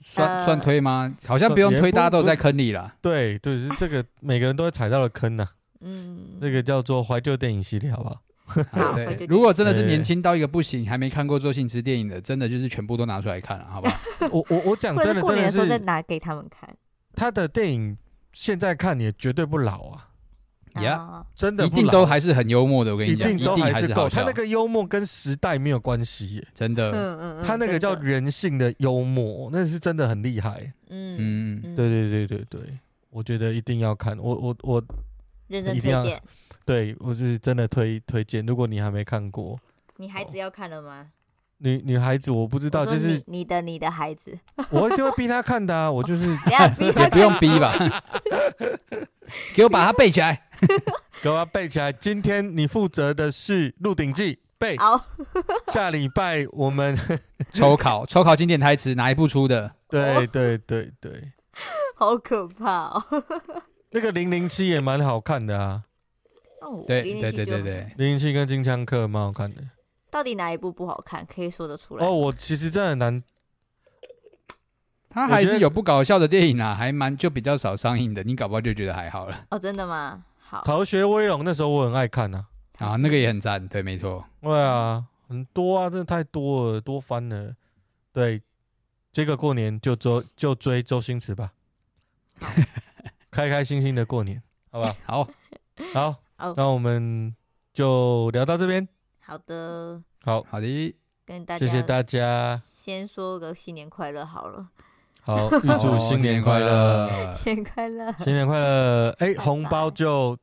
[SPEAKER 2] 算
[SPEAKER 3] 呃
[SPEAKER 2] 算推吗？好像
[SPEAKER 1] 算
[SPEAKER 2] 不用
[SPEAKER 1] 也
[SPEAKER 2] 推，
[SPEAKER 1] 不
[SPEAKER 2] 大家都
[SPEAKER 1] 不
[SPEAKER 2] 在坑里啦。
[SPEAKER 1] 对对，是这个每个人都会踩到的坑呐、
[SPEAKER 3] 嗯，
[SPEAKER 1] 这个叫做怀旧电影系列，好不好？
[SPEAKER 2] 啊
[SPEAKER 3] <laughs> 好回
[SPEAKER 2] 对
[SPEAKER 3] 去，
[SPEAKER 2] 如果真的是
[SPEAKER 1] 对
[SPEAKER 2] 年轻到一个不行，还没看过周星驰电影的，真的就是全部都拿出来看了，好吧？
[SPEAKER 1] 我我我讲
[SPEAKER 3] 或者
[SPEAKER 1] 真
[SPEAKER 3] 是
[SPEAKER 1] 的，
[SPEAKER 3] 过
[SPEAKER 1] 真
[SPEAKER 3] 年
[SPEAKER 1] 的
[SPEAKER 3] 的时候再
[SPEAKER 1] 是
[SPEAKER 3] 拿给他们看。
[SPEAKER 1] 他的电影现在看也绝对不老啊，
[SPEAKER 2] Yeah
[SPEAKER 3] 啊，
[SPEAKER 1] <laughs> 真的
[SPEAKER 2] 一
[SPEAKER 1] 不
[SPEAKER 2] 定
[SPEAKER 1] 老
[SPEAKER 2] 都还是很幽默的，我跟
[SPEAKER 1] 一
[SPEAKER 2] 你讲，一
[SPEAKER 1] 定都
[SPEAKER 2] 定还
[SPEAKER 1] 是
[SPEAKER 2] 好
[SPEAKER 1] 够。他
[SPEAKER 2] 笑
[SPEAKER 1] 那，个幽默跟时代没有关系耶，
[SPEAKER 2] 真的，
[SPEAKER 3] 嗯嗯嗯，
[SPEAKER 1] 他那个
[SPEAKER 3] 真
[SPEAKER 1] 叫
[SPEAKER 3] 的
[SPEAKER 1] 人性的幽默，那是真的很厉害。
[SPEAKER 3] 嗯
[SPEAKER 2] 嗯，
[SPEAKER 3] 嗯，
[SPEAKER 1] 对，对对对对，我觉得一定要看，我我我
[SPEAKER 3] 认真
[SPEAKER 1] 一定
[SPEAKER 3] 推
[SPEAKER 1] 要
[SPEAKER 3] 荐。
[SPEAKER 1] 对我就是真的推推荐，如果你还没看过，
[SPEAKER 3] 你孩子要看了吗？
[SPEAKER 1] 女女孩子我不知
[SPEAKER 3] 我
[SPEAKER 1] 道，
[SPEAKER 3] 说
[SPEAKER 1] 就是
[SPEAKER 3] 你你 <laughs> 的你的
[SPEAKER 1] <laughs>
[SPEAKER 3] 孩子，
[SPEAKER 1] 我一定会逼她看的、啊，我就是
[SPEAKER 3] 等下 <laughs> 逼
[SPEAKER 2] 嗯也
[SPEAKER 3] 他
[SPEAKER 2] 不用逼吧，
[SPEAKER 3] <laughs>
[SPEAKER 2] <laughs> 给我把它背起来。
[SPEAKER 1] 给我背起来。今天你负责的是《鹿鼎记》背，
[SPEAKER 3] <laughs> 好，
[SPEAKER 1] 下礼拜我
[SPEAKER 3] <laughs>
[SPEAKER 1] 们
[SPEAKER 2] 抽考，抽考经典台词哪一部出的？
[SPEAKER 1] 对
[SPEAKER 3] 哦
[SPEAKER 1] 对对对，
[SPEAKER 3] 好可怕哦。
[SPEAKER 1] 那个零零七也蛮好看的啊，
[SPEAKER 3] 哦
[SPEAKER 2] 对
[SPEAKER 3] 零零
[SPEAKER 2] 对
[SPEAKER 3] 七
[SPEAKER 2] 对
[SPEAKER 3] 就
[SPEAKER 2] 对
[SPEAKER 3] 很
[SPEAKER 2] 对，
[SPEAKER 1] 零零七跟金枪客蛮好看的。
[SPEAKER 3] 到底哪一部不好看？可以说得出来
[SPEAKER 1] 哦，我其实真的很难，
[SPEAKER 2] 他
[SPEAKER 1] 我
[SPEAKER 2] 还
[SPEAKER 1] 觉得
[SPEAKER 2] 是有不搞笑的电影啊，还蛮就比较少上映的，你搞不好就觉得还好
[SPEAKER 3] <laughs>
[SPEAKER 2] 了
[SPEAKER 3] 哦，真的吗？好，
[SPEAKER 1] 《逃学威龙》那时候我很爱看啊，
[SPEAKER 2] 啊，那个也很赞，对，没错，
[SPEAKER 1] 对啊，很多啊，真的太多了，多翻了。对，这个过年就周就追周星驰
[SPEAKER 3] <laughs>
[SPEAKER 1] 吧，开开心心的过年，好不好？
[SPEAKER 2] 好，
[SPEAKER 1] 好，
[SPEAKER 3] 哦，
[SPEAKER 1] 那我们就聊到这边。
[SPEAKER 3] 好的，
[SPEAKER 1] 好，
[SPEAKER 2] 好的，
[SPEAKER 3] 跟大家
[SPEAKER 1] 谢谢大家，
[SPEAKER 3] 先说个新年快乐好了， <laughs>
[SPEAKER 1] 好，预祝
[SPEAKER 2] 哦好
[SPEAKER 1] 新年快乐，，
[SPEAKER 3] 新年快乐，
[SPEAKER 1] 新年快乐！哎，红包就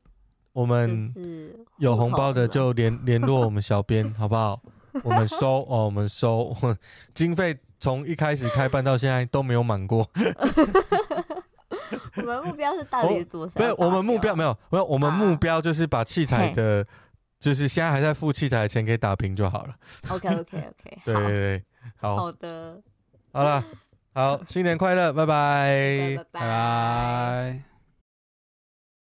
[SPEAKER 1] 我
[SPEAKER 3] 就
[SPEAKER 1] 们
[SPEAKER 3] 是
[SPEAKER 1] 有
[SPEAKER 3] 户
[SPEAKER 1] 红
[SPEAKER 3] 头
[SPEAKER 1] 包的
[SPEAKER 3] 是吧
[SPEAKER 1] 就联联络我们小编， <laughs> 好不好？我们收哦，我们收 <laughs> 经费，从一开始开办到现在都没有满过。
[SPEAKER 3] 我们目标是到底
[SPEAKER 1] 我
[SPEAKER 3] 是多少？
[SPEAKER 1] 不是我们目标哦没
[SPEAKER 3] 有，
[SPEAKER 1] 有，没有，我们
[SPEAKER 3] 啊
[SPEAKER 1] 目标就是把器材
[SPEAKER 3] 嘿
[SPEAKER 1] 的，就是现在还在付器材的钱给打平就好了。
[SPEAKER 3] OK OK OK，
[SPEAKER 1] 对对对， <laughs> 好，
[SPEAKER 3] 好的，
[SPEAKER 1] 好了，好，新年快乐，拜拜
[SPEAKER 3] 拜
[SPEAKER 2] 拜
[SPEAKER 3] 拜
[SPEAKER 2] 拜。